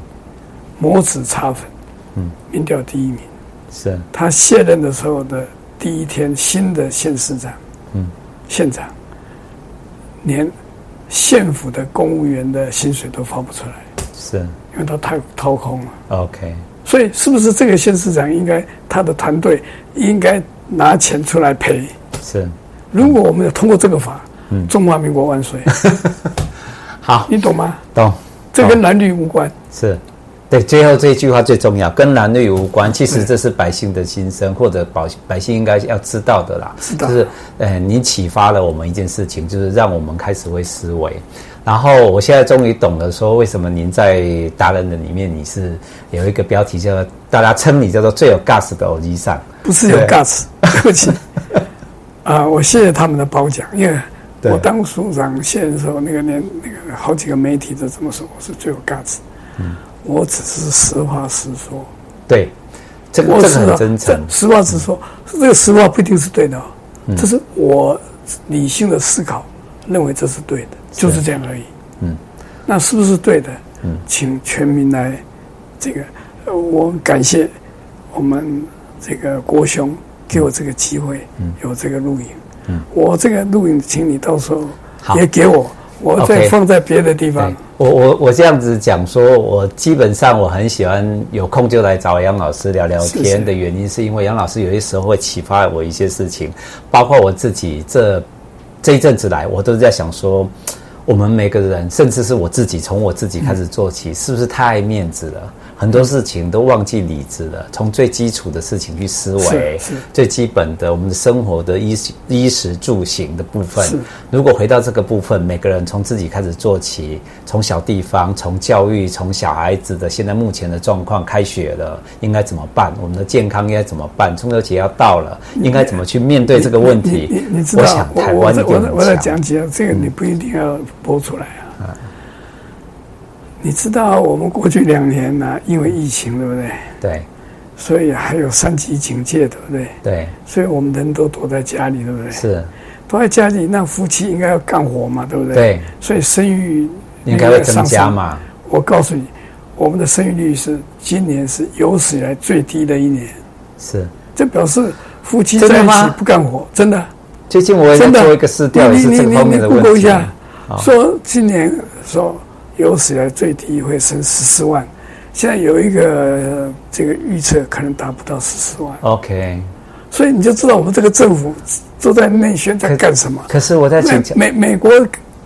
Speaker 1: 磨纸擦粉，嗯，民调第一名。
Speaker 2: 是
Speaker 1: 他卸任的时候的第一天，新的县市长，嗯，县长，连县府的公务员的薪水都发不出来，
Speaker 2: 是
Speaker 1: 因为他太掏空了。
Speaker 2: OK，
Speaker 1: 所以，是不是这个县市长应该他的团队应该拿钱出来赔？
Speaker 2: 是
Speaker 1: 如果我们有通过这个法，中华民国万岁，
Speaker 2: 好
Speaker 1: 你懂吗？
Speaker 2: 懂，
Speaker 1: 这跟蓝绿无关，
Speaker 2: 是对，最后这一句话最重要，跟蓝绿无关。其实这是百姓的心声，或者百百姓应该要知道的啦。
Speaker 1: 知道
Speaker 2: 就是，呃，你启发了我们一件事情，就是让我们开始会思维。然后我现在终于懂了，说为什么您在达人的里面，你是有一个标题叫做大家称你叫做最有 gas 的偶机上，
Speaker 1: 不是有
Speaker 2: 对
Speaker 1: guts，对不起。啊、我谢谢他们的褒奖，因为
Speaker 2: 对
Speaker 1: 我当署长线的时候，那个年那个好几个媒体都这么说，我是最有 guts。我
Speaker 2: 嗯
Speaker 1: 只是实话实说，
Speaker 2: 对，这个
Speaker 1: 我
Speaker 2: 这
Speaker 1: 是
Speaker 2: 个很
Speaker 1: 啊
Speaker 2: 真诚，嗯
Speaker 1: 这实话实说，这个实话不一定是对的哦，这是我理性的思考认为这是对的，就是这样而已。
Speaker 2: 嗯，
Speaker 1: 那是不是对的？嗯，请全民来这个，呃我感谢我们这个国雄
Speaker 2: 嗯
Speaker 1: 给我这个机会，有这个录影。嗯，我这个录影，请你到时候
Speaker 2: 好
Speaker 1: 也给我，我再
Speaker 2: OK
Speaker 1: 放在别的地方
Speaker 2: 对。哎我我我这样子讲说，我基本上我很喜欢有空就来找杨老师聊聊
Speaker 1: 是是
Speaker 2: 天的原因，是因为杨老师有些时候会启发我一些事情，包括我自己这这一阵子来，我都在想说，我们每个人，甚至是我自己，从我自己开
Speaker 1: 嗯
Speaker 2: 始做起，是不是太爱面子了？很多事情都忘记理智了，从最基础的事情去思维
Speaker 1: 是是，
Speaker 2: 最基本的我们的生活的衣食衣食住行的部分
Speaker 1: 是。
Speaker 2: 如果回到这个部分，每个人从自己开始做起，从小地方，从教育，从小孩子的现在目前的状况，开学了应该怎么办？我们的健康应该怎么办？中秋节要到了，应该怎么去面对这个问题？
Speaker 1: 你你你知
Speaker 2: 我
Speaker 1: 道
Speaker 2: 想，
Speaker 1: 我
Speaker 2: 台
Speaker 1: 我
Speaker 2: 湾一
Speaker 1: 在
Speaker 2: 定
Speaker 1: 我在我在
Speaker 2: 很强。嗯
Speaker 1: 讲解这个，你不一定要播出来啊。你知道我们过去两年呢、因为疫情，对不对？
Speaker 2: 对
Speaker 1: 所以还有三级警戒，对不对？
Speaker 2: 对
Speaker 1: 所以我们人都躲在家里，对不对？
Speaker 2: 是，
Speaker 1: 躲在家里，那夫妻应该要干活嘛，对不对？
Speaker 2: 对。
Speaker 1: 所以生育
Speaker 2: 应该会增加嘛？
Speaker 1: 那个上升。我告诉你，我们的生育率是今年是有史以来最低的一年，
Speaker 2: 是。
Speaker 1: 这表示夫妻
Speaker 2: 真的
Speaker 1: 在一起
Speaker 2: 吗
Speaker 1: 不干活，真的。
Speaker 2: 最近我也在
Speaker 1: 真的
Speaker 2: 做一个试调，也
Speaker 1: 你
Speaker 2: 是
Speaker 1: 你
Speaker 2: 这
Speaker 1: 你
Speaker 2: 个方面的
Speaker 1: 你
Speaker 2: 问
Speaker 1: Google 一
Speaker 2: 题。啊
Speaker 1: 下，说今年说有史以来最低会升十四万，现在有一个呃这个预测可能达不到十四万，
Speaker 2: OK，
Speaker 1: 所以你就知道我们这个政府都在内宣在干什么。
Speaker 2: 可是我在请教，
Speaker 1: 美美美国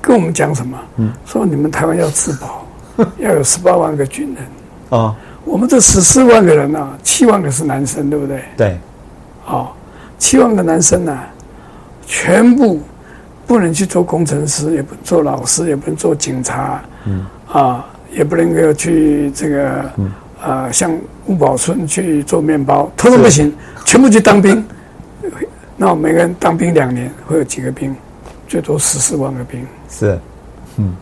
Speaker 1: 跟我们讲什么？说你们台湾要自 保，要有十八万个军人。
Speaker 2: 哦，
Speaker 1: 我们这十四万个人啊，七万个是男生，对不对？
Speaker 2: 对，
Speaker 1: 哦，七万个男生呢、啊全部不能去做工程师，也不能做老师，也不能做警察，嗯，啊，也不能够去这个，啊，像吴宝春去做面包，通通不行，全部去当兵。那每个人当兵两年，会有几个兵？最多十四万个兵。
Speaker 2: 是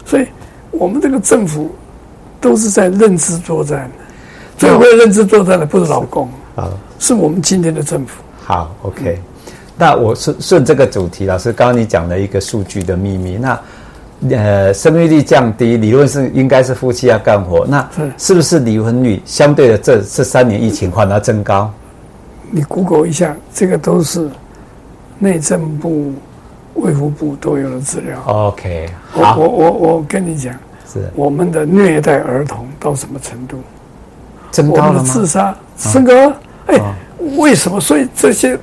Speaker 1: 所以我们这个政府都是在认知作战，最
Speaker 2: 那
Speaker 1: 会认知作战的不是老共，
Speaker 2: 好，
Speaker 1: 是我们今天的政府。
Speaker 2: 好，OK。那我顺顺这个主题，老师刚刚你讲了一个数据的秘密，那呃，生育率降低，理论是应该是夫妻要干活，那
Speaker 1: 是
Speaker 2: 是不是离婚率相对的这这三年疫情反而增高？
Speaker 1: 你 Google 一下，这个都是内政部、卫福部都有的资料。
Speaker 2: OK，
Speaker 1: 我
Speaker 2: 好
Speaker 1: 我，我我跟你讲，
Speaker 2: 是
Speaker 1: 我们的虐待儿童到什么程度？
Speaker 2: 增
Speaker 1: 我
Speaker 2: 高
Speaker 1: 们
Speaker 2: 了
Speaker 1: 的自
Speaker 2: 吗？
Speaker 1: 杀升高了。哎、
Speaker 2: 啊
Speaker 1: 为什么？所以这些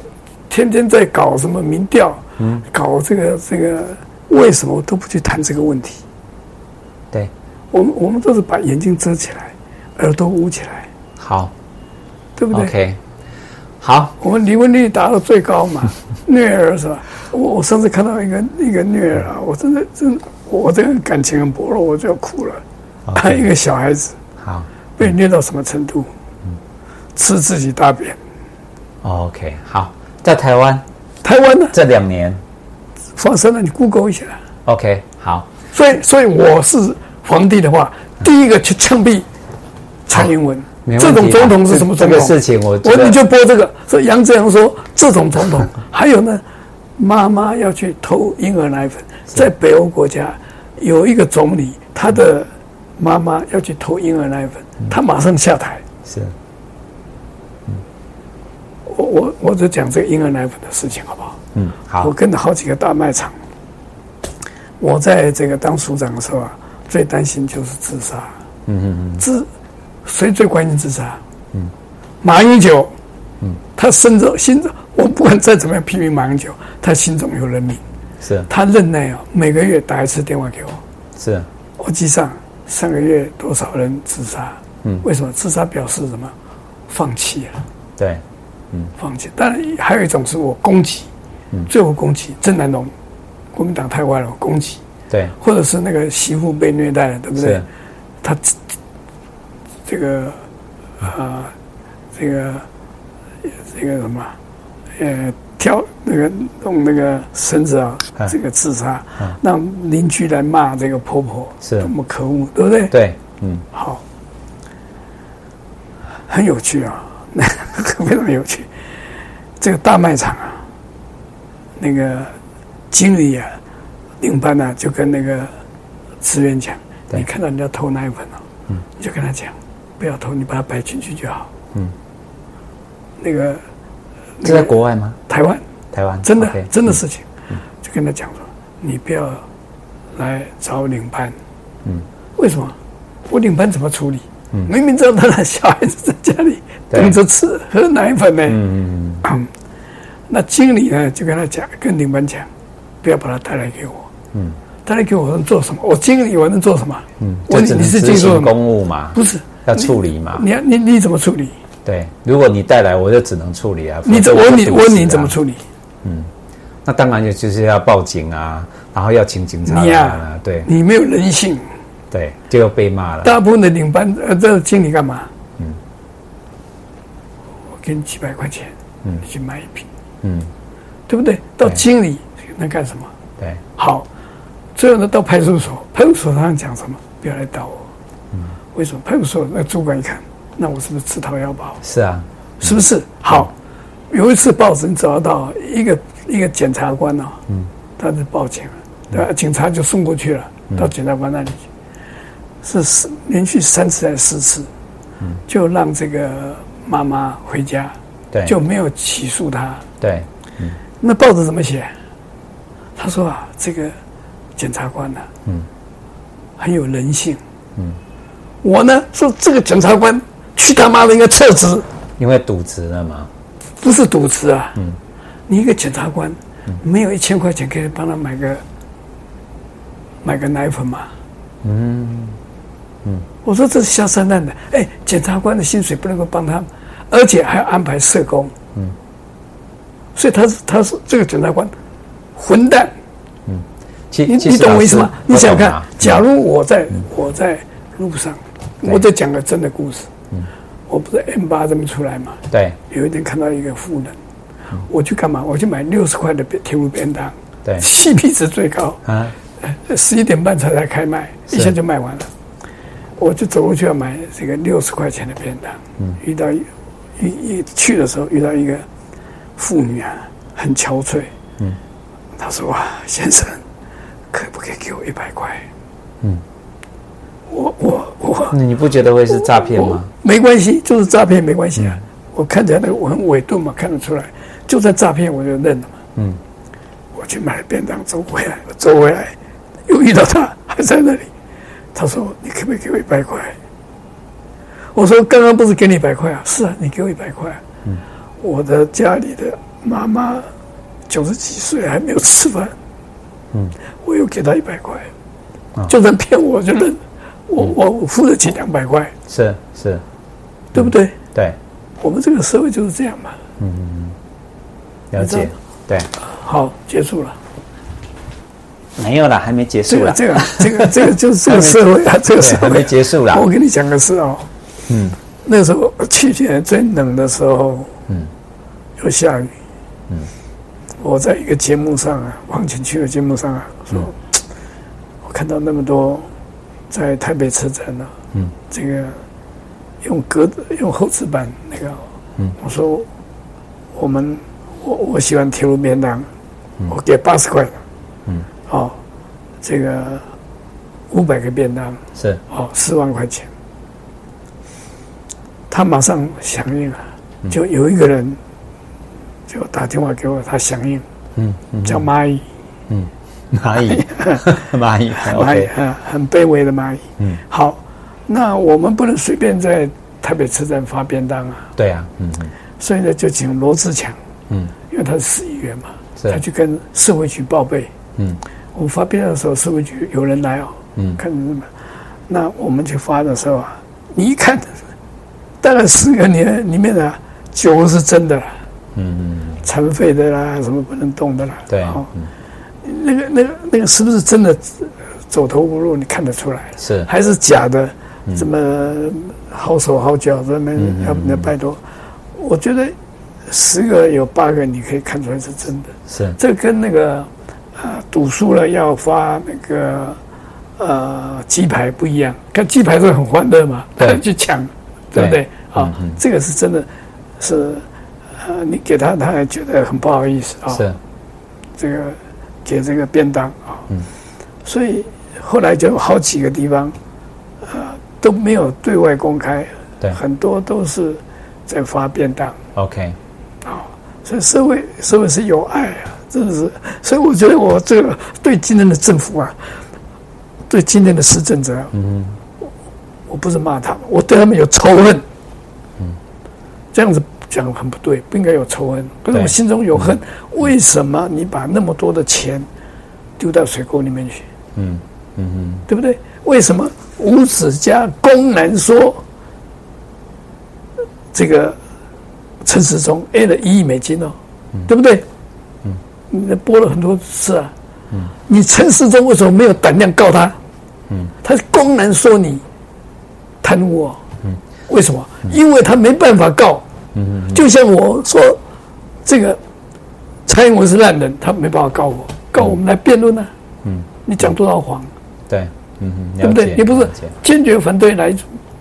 Speaker 1: 天天在搞什么民调，
Speaker 2: 嗯
Speaker 1: 搞这个这个，为什么都不去谈这个问题？
Speaker 2: 对，
Speaker 1: 我们我们都是把眼睛遮起来，耳朵捂起来，
Speaker 2: 好
Speaker 1: 对不对
Speaker 2: ，OK，好，
Speaker 1: 我们离婚率达到最 高嘛，虐儿是吧？我我上次看到一个一个虐儿啊，我真的真的我这个感情很薄弱，我就要哭了。
Speaker 2: 啊
Speaker 1: 一个小孩子
Speaker 2: 好
Speaker 1: 被虐到什么程度？
Speaker 2: 嗯
Speaker 1: 吃自己大便。
Speaker 2: ，OK，好，在台湾
Speaker 1: 台湾呢
Speaker 2: 这两年
Speaker 1: 发生了，你 Google 一下。
Speaker 2: ，OK，好，
Speaker 1: 所以，所以我是皇帝的话，第一个去枪毙蔡英文。
Speaker 2: 没问题
Speaker 1: 这
Speaker 2: 啊
Speaker 1: 种总统是什么
Speaker 2: 这
Speaker 1: 总
Speaker 2: 这
Speaker 1: 统？
Speaker 2: 个事情我觉
Speaker 1: 我
Speaker 2: 得
Speaker 1: 你就播这个。所以杨志良说，这种总统还有呢，妈妈要去偷婴儿奶粉，在北欧国家有一个总理，他的妈妈要去偷婴儿奶粉，他马上下台。
Speaker 2: 是
Speaker 1: 我我我只讲这个婴儿奶粉的事情，好不好？
Speaker 2: 嗯，好
Speaker 1: 我，跟着好几个大卖场，我在这个当署长的时候啊，最担心就是自杀。嗯嗯嗯。自谁最关心自杀？嗯。马英九。嗯。他心中心中，我不管再怎么样批评马英九，他心中有人民。
Speaker 2: 是
Speaker 1: 他任内啊，每个月打一次电话给我，
Speaker 2: 是，
Speaker 1: 我记上上个月多少人自杀，嗯，为什么自杀表示什么？放弃啊了，
Speaker 2: 对，
Speaker 1: 放弃。当然还有一种是我攻击，
Speaker 2: 嗯
Speaker 1: 最后攻击郑南榕，国民党太歪了，我攻击，
Speaker 2: 对，
Speaker 1: 或者是那个媳妇被虐待了，对不对
Speaker 2: 是？，
Speaker 1: 他这这个啊、这个这个什么，呃，挑那个弄那个绳子啊
Speaker 2: 嗯，
Speaker 1: 这个自杀，让邻居来骂这个婆婆，
Speaker 2: 啊是
Speaker 1: 多么可恶，对不对？
Speaker 2: 对，嗯，
Speaker 1: 好，很有趣啊， 那非常有趣。这个大卖场啊，那个经理啊，领班啊，就跟那个职员讲：“
Speaker 2: 对
Speaker 1: 你看到人家偷奶粉了、啊你就跟他讲，不要偷，你把它摆进去就好。”
Speaker 2: 嗯，
Speaker 1: 那个
Speaker 2: 这在国外吗？
Speaker 1: 台湾
Speaker 2: 台湾
Speaker 1: 真的
Speaker 2: OK，嗯
Speaker 1: 真的事情，就跟他讲说，你不要来找领班，
Speaker 2: 嗯，
Speaker 1: 为什么？我领班怎么处理？
Speaker 2: 嗯
Speaker 1: 明明知道他的小孩子在家里
Speaker 2: 对
Speaker 1: 等着吃喝奶粉呢，
Speaker 2: 嗯嗯
Speaker 1: 那经理呢就跟他讲，跟领班讲，不要把他带来给我，
Speaker 2: 嗯，
Speaker 1: 带来给我能做什么？我经理我能做什么？
Speaker 2: 嗯，
Speaker 1: 我
Speaker 2: 就
Speaker 1: 你
Speaker 2: 只能
Speaker 1: 你是
Speaker 2: 执
Speaker 1: 经
Speaker 2: 行
Speaker 1: 做
Speaker 2: 公务嘛，
Speaker 1: 不是
Speaker 2: 要处理嘛，
Speaker 1: 你要你你怎么处理？
Speaker 2: 对，如果你带来，我就只能处理啊。
Speaker 1: 你怎
Speaker 2: 否
Speaker 1: 我
Speaker 2: 则
Speaker 1: 问你
Speaker 2: 就
Speaker 1: 我
Speaker 2: 不是
Speaker 1: 问你
Speaker 2: 啊
Speaker 1: 怎么？处理？
Speaker 2: 那当然就就是要报警啊，然后要请警察
Speaker 1: 你
Speaker 2: 来
Speaker 1: 呀
Speaker 2: 啊，对
Speaker 1: 你没有人性。
Speaker 2: 对，就又被骂了。
Speaker 1: 大部分的领班呃，这经理干嘛？
Speaker 2: 嗯
Speaker 1: 我给你几百块钱，
Speaker 2: 嗯
Speaker 1: 你去买一瓶，
Speaker 2: 嗯，
Speaker 1: 对不对？到
Speaker 2: 对
Speaker 1: 经理能干什么？
Speaker 2: 对，
Speaker 1: 好，最后呢，到派出所，派出所上讲什么？不要来打我。
Speaker 2: 嗯
Speaker 1: 为什么？派出所那主管一看，那我是不是自掏腰包？
Speaker 2: 是啊，
Speaker 1: 是不是？好，有一次报纸找到啊一个一个检察官呢、啊他就报警了，对吧？警察就送过去了，到检察官那里，是四连续三次还是四次，就让这个妈妈回家，
Speaker 2: 对，
Speaker 1: 就没有起诉他。
Speaker 2: 对，
Speaker 1: 那报纸怎么写？他说啊，这个检察官呢、
Speaker 2: 嗯
Speaker 1: 很有人性，我呢说这个检察官去他妈的应该撤职，
Speaker 2: 因为渎职了嘛，
Speaker 1: 不是赌资啊，
Speaker 2: 嗯
Speaker 1: 你一个检察官，没有一千块钱可以帮他买个买个奶粉嘛？嗯嗯，我说这是下三滥的，哎，检察官的薪水不能够帮他，而且还要安排社工，嗯，所以他是他是这个检察官混蛋，
Speaker 2: 其
Speaker 1: 你
Speaker 2: 其
Speaker 1: 你
Speaker 2: 实
Speaker 1: 懂
Speaker 2: 老
Speaker 1: 我意思
Speaker 2: 师
Speaker 1: 吗？你想想
Speaker 2: 懂
Speaker 1: 看
Speaker 2: 啊，
Speaker 1: 假如我在我在路上，我在讲个真的故事，
Speaker 2: 嗯
Speaker 1: 我不是 M 八这么出来嘛，
Speaker 2: 对
Speaker 1: 有一天看到一个富人，我去干嘛？我去买六十块的便铁路便当
Speaker 2: 对
Speaker 1: ，CP 值最高，
Speaker 2: 啊，
Speaker 1: 十一点半才才开卖，一下就卖完了。我就走过去要买这个六十块钱的便当，遇到一一一去的时候遇到一个妇女啊，很憔悴，她说啊，先生，可不可以给我一百块？我我我
Speaker 2: 那你不觉得会是诈骗
Speaker 1: 我
Speaker 2: 吗？
Speaker 1: 哦
Speaker 2: 嗯
Speaker 1: 没关系，就是诈骗没关系啊。我看起来那个我很委顿嘛，看得出来，就算诈骗我就认了嘛。
Speaker 2: 嗯，
Speaker 1: 我去买了便当，走回来，我走回来，又遇到他，还在那里。他说：“你可不可以给我一百块？”我说：“刚刚不是给你一百块啊？”是啊，你给我一百块、啊。嗯，我的家里的妈妈九十几岁还没有吃饭。
Speaker 2: 嗯，啊
Speaker 1: 我又给他一百块，就算骗我我就认，我我
Speaker 2: 嗯
Speaker 1: 我付得起两百块，
Speaker 2: 是是，
Speaker 1: 对不对？
Speaker 2: 对，
Speaker 1: 我们这个社会就是这样嘛。
Speaker 2: 了
Speaker 1: 你知道
Speaker 2: 解
Speaker 1: 吗，
Speaker 2: 对，
Speaker 1: 好，结束了。
Speaker 2: 没有啦，还没结
Speaker 1: 这
Speaker 2: 束啊
Speaker 1: 个
Speaker 2: 啦，
Speaker 1: 这个这个这个就是这个社会 啊，这个
Speaker 2: 对
Speaker 1: 社
Speaker 2: 还
Speaker 1: 会
Speaker 2: 没。结束啦
Speaker 1: 我，跟你讲个事哦，
Speaker 2: 嗯，
Speaker 1: 那时候去年最冷的时候，
Speaker 2: 嗯，
Speaker 1: 又下雨，嗯，我在一个节目上啊，王景区的节目上啊，说，我看到那么多在台北车站呢、啊，
Speaker 2: 嗯，
Speaker 1: 这个用格用厚纸板那个，嗯，我说我们我我喜欢铁路便当，我给八十块的，嗯，哦，这个五百个便当。
Speaker 2: 是
Speaker 1: 哦，四万块钱。他马上响应了，
Speaker 2: 嗯
Speaker 1: 就有一个人就打电话给我，他响应，
Speaker 2: 嗯嗯，
Speaker 1: 叫蚂蚁，
Speaker 2: 蚂蚁蚂蚁
Speaker 1: 蚂蚁
Speaker 2: ，OK，
Speaker 1: 啊，很卑微的蚂蚁。
Speaker 2: 嗯，
Speaker 1: 好，那我们不能随便在台北车站发便当啊，
Speaker 2: 对啊，嗯嗯
Speaker 1: 所以呢，就请罗志强，
Speaker 2: 嗯，
Speaker 1: 因为他是市议员嘛，
Speaker 2: 是
Speaker 1: 他去跟社会局报备。
Speaker 2: 嗯，
Speaker 1: 我发便当的时候，社会局有人来哦，
Speaker 2: 嗯
Speaker 1: 看什么？那我们去发的时候啊，你一看，大概十个里里面啊，九个是真的啦，嗯，残废的啦，什么不能动的啦，
Speaker 2: 对嗯
Speaker 1: 哦，那个那个那个是不是真的走投无路？你看得出来，
Speaker 2: 是
Speaker 1: 还是假的？怎么好手好脚的？那要不要拜托？我觉得十个有八个你可以看出来是真的。
Speaker 2: 是
Speaker 1: 这跟那个呃赌输了要发那个呃鸡排不一样，看鸡排都很欢乐嘛，
Speaker 2: 对
Speaker 1: 去抢，对不对？啊、
Speaker 2: 嗯
Speaker 1: 这个是真的是呃，你给他他还觉得很不好意思啊、
Speaker 2: 是，
Speaker 1: 这个给这个便当啊、
Speaker 2: 嗯
Speaker 1: 所以后来就有好几个地方呃都没有对外公开，
Speaker 2: 对
Speaker 1: 很多都是在发便当。
Speaker 2: ，OK，
Speaker 1: 所以社会社会是有爱啊，真的是。所以我觉得我这个对今天的政府啊，对今天的施政者、啊，嗯，我不是骂他们，我对他们有仇恨。嗯，这样子讲很不对，不应该有仇恨。可是
Speaker 2: 对
Speaker 1: 我心中有恨，为什么你把那么多的钱丢到水沟里面去？
Speaker 2: 嗯
Speaker 1: 对不对？为什么吴子嘉公然说这个陈时中 A 了一亿美金哦，对不对？嗯，你播了很多次啊。嗯，你陈时中为什么没有胆量告他？嗯，他公然说你贪污哦。嗯，为什么？因为他没办法告。嗯，就像我说这个蔡英文是烂人，他没办法告我，告我们来辩论啊。嗯，你讲多少谎？
Speaker 2: 对，嗯哼，
Speaker 1: 对
Speaker 2: 了
Speaker 1: 不
Speaker 2: 解，
Speaker 1: 对？你不是
Speaker 2: 了解
Speaker 1: 坚决反对来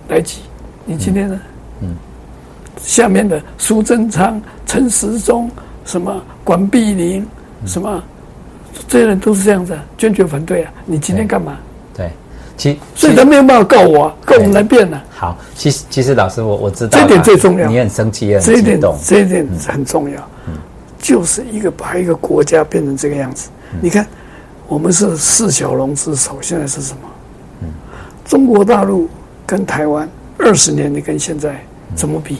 Speaker 1: 来几？你今天呢？嗯下面的苏贞昌、陈时中、什么管碧玲、什么这些人都是这样子、啊，坚决反对啊！你今天干嘛？
Speaker 2: 对，其
Speaker 1: 所以他没有办法告我、啊，告我们来辩啊！
Speaker 2: 好，其实其实老师我我知道
Speaker 1: 这一点
Speaker 2: 啦
Speaker 1: 最重要
Speaker 2: 你很生气也很
Speaker 1: 这一
Speaker 2: 激
Speaker 1: 点
Speaker 2: 动，，
Speaker 1: 这一点很重要，就是一个把一个国家变成这个样子。你看，我们是四小龙之首，现在是什么？中国大陆跟台湾二十年，你跟现在怎么比？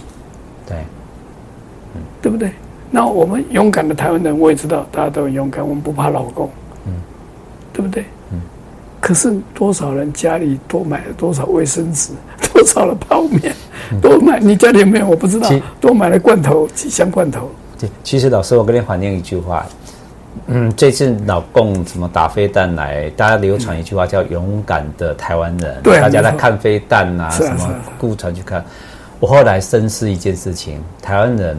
Speaker 2: 对
Speaker 1: 对不对？那我们勇敢的台湾人，我也知道大家都很勇敢，我们不怕老公，对不对？可是多少人家里多买了多少卫生纸，多少的泡面，多买你家里有没有？我不知道
Speaker 2: 其，
Speaker 1: 多买了罐头几箱罐头，
Speaker 2: 对，其实老师我跟你反映一句话，嗯，这次老共怎么打飞弹来，大家流传一句话叫“勇敢的台湾人”，
Speaker 1: 对啊
Speaker 2: 大家在
Speaker 1: 没错
Speaker 2: 看飞弹啊，
Speaker 1: 是啊
Speaker 2: 什
Speaker 1: 是
Speaker 2: 么
Speaker 1: 啊是啊
Speaker 2: 顾船去看。我后来深思一件事情，台湾人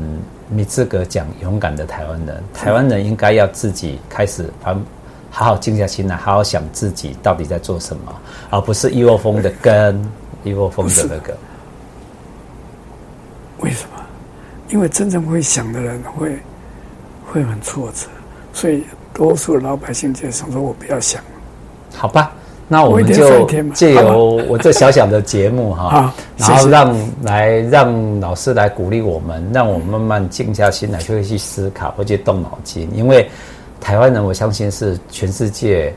Speaker 2: 没资格讲勇敢的台湾人，台湾人应该要自己开始反。好好静下心来，好好想自己到底在做什么，而不是一窝蜂的跟一窝蜂的那个。
Speaker 1: 为什么？因为真正会想的人会会很挫折，所以多数的老百姓就想说：“我不要想。
Speaker 2: 好吧，那我
Speaker 1: 我一
Speaker 2: 们
Speaker 1: 天算一
Speaker 2: 就
Speaker 1: 天嘛
Speaker 2: 借
Speaker 1: 好吧
Speaker 2: 由我这小小的节目哈
Speaker 1: 好，
Speaker 2: 然后
Speaker 1: 谢谢
Speaker 2: 让来让老师来鼓励我们，让我们慢慢静下心来，就会去思考，会去动脑筋。因为台湾人，我相信是全世界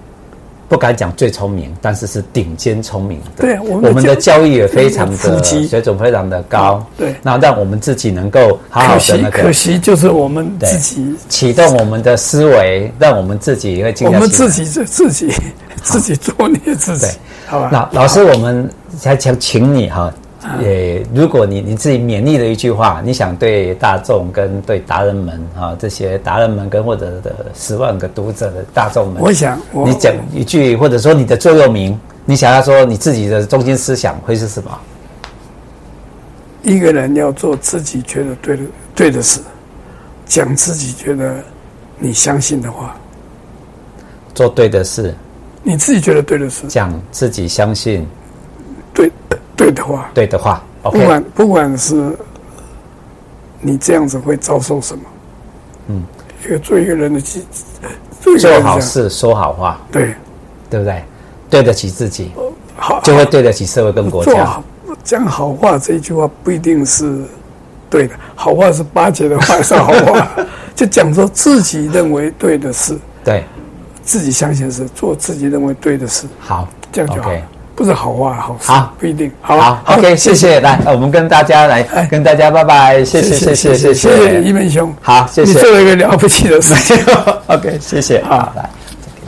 Speaker 2: 不敢讲最聪明，但是是顶尖聪明的。
Speaker 1: 对我
Speaker 2: 我
Speaker 1: 们的
Speaker 2: 们的教育也非常
Speaker 1: 普
Speaker 2: 的
Speaker 1: 及
Speaker 2: 水准非常的高。
Speaker 1: 对
Speaker 2: 那让我们自己能够好”好
Speaker 1: 可
Speaker 2: 啊的
Speaker 1: 惜
Speaker 2: 那，
Speaker 1: 可
Speaker 2: 个
Speaker 1: 惜就是我们自己，
Speaker 2: 启动我们的思维，让我们自己也会静
Speaker 1: 我
Speaker 2: 下心来。
Speaker 1: 们自己自自己自己作孽自己
Speaker 2: 对，
Speaker 1: 好吧？啊
Speaker 2: 老老师，我们想想请你哈，也如果你你自己勉励的一句话，你想对大众跟对达人们啊，这些达人们跟或者的十万个读者的大众们，
Speaker 1: 我想我
Speaker 2: 你讲一句，或者说你的座右铭，你想要说你自己的中心思想会是什么？
Speaker 1: 一个人要做自己觉得对的对的事，讲自己觉得你相信的话，
Speaker 2: 做对的事，
Speaker 1: 你自己觉得对的事，
Speaker 2: 讲自己相信
Speaker 1: 对对的话，
Speaker 2: 对的话。
Speaker 1: 不
Speaker 2: OK，
Speaker 1: 管不管是你这样子会遭受什么，嗯，一个做一个人的基，做一个
Speaker 2: 做
Speaker 1: 人
Speaker 2: 好
Speaker 1: 这样
Speaker 2: 事，说好话，
Speaker 1: 对，
Speaker 2: 对不对？对得起自己，
Speaker 1: 好
Speaker 2: 就会对得起社会跟国
Speaker 1: 做
Speaker 2: 家。
Speaker 1: 好讲好话这一句话不一定是对的，好话是巴结的话是好话，就讲说自己认为对的事，
Speaker 2: 对，
Speaker 1: 自己相信的事，做自己认为对的事。
Speaker 2: 好，
Speaker 1: 这样就好
Speaker 2: OK
Speaker 1: 了。不是好话好事，
Speaker 2: 好
Speaker 1: 不一定。好
Speaker 2: 好，OK，谢 谢，来，呃我们跟大家来跟大家拜拜，谢谢，谢谢，
Speaker 1: 谢
Speaker 2: 谢
Speaker 1: 谢谢
Speaker 2: 谢
Speaker 1: 一，门兄，
Speaker 2: 好谢谢
Speaker 1: 你做了一个了不起的事情。
Speaker 2: ，OK，谢谢，啊
Speaker 1: 好
Speaker 2: 来。